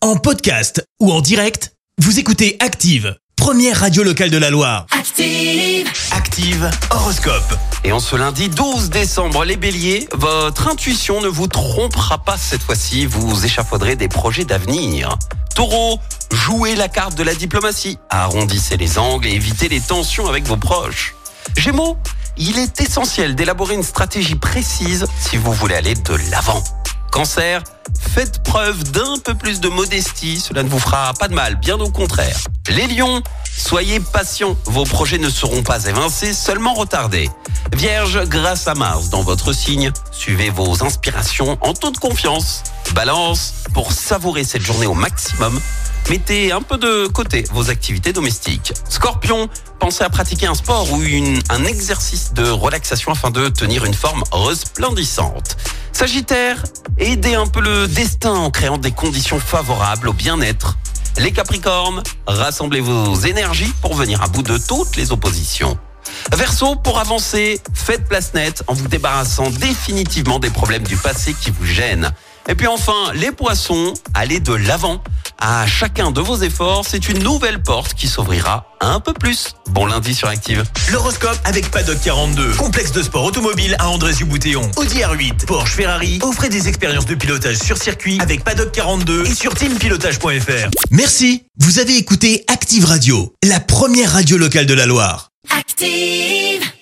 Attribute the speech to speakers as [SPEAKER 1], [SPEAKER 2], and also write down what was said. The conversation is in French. [SPEAKER 1] En podcast ou en direct, vous écoutez Active, première radio locale de la Loire.
[SPEAKER 2] Active.
[SPEAKER 3] Active Horoscope. Et en ce lundi 12 décembre, les béliers, votre intuition ne vous trompera pas cette fois-ci, vous échafauderez des projets d'avenir. Taureau, jouez la carte de la diplomatie, arrondissez les angles et évitez les tensions avec vos proches. Gémeaux, il est essentiel d'élaborer une stratégie précise si vous voulez aller de l'avant. Cancer, faites preuve d'un peu plus de modestie, cela ne vous fera pas de mal, bien au contraire. Les lions, soyez patients, vos projets ne seront pas évincés, seulement retardés. Vierge, grâce à Mars dans votre signe, suivez vos inspirations en toute confiance. Balance, pour savourer cette journée au maximum, mettez un peu de côté vos activités domestiques. Scorpion, pensez à pratiquer un sport ou une- un exercice de relaxation afin de tenir une forme resplendissante. Sagittaire, aidez un peu le destin en créant des conditions favorables au bien-être. Les Capricornes, rassemblez vos énergies pour venir à bout de toutes les oppositions. Verseau, pour avancer, faites place nette en vous débarrassant définitivement des problèmes du passé qui vous gênent. Et puis enfin, les poissons, allez de l'avant. À chacun de vos efforts, c'est une nouvelle porte qui s'ouvrira un peu plus. Bon lundi sur Active.
[SPEAKER 1] L'horoscope avec Paddock 42, complexe de sport automobile à André-Zuboutéon, Audi R8, Porsche, Ferrari, offrez des expériences de pilotage sur circuit avec Paddock 42 et sur teampilotage.fr. Merci, vous avez écouté Active Radio, la première radio locale de la Loire.
[SPEAKER 2] Active.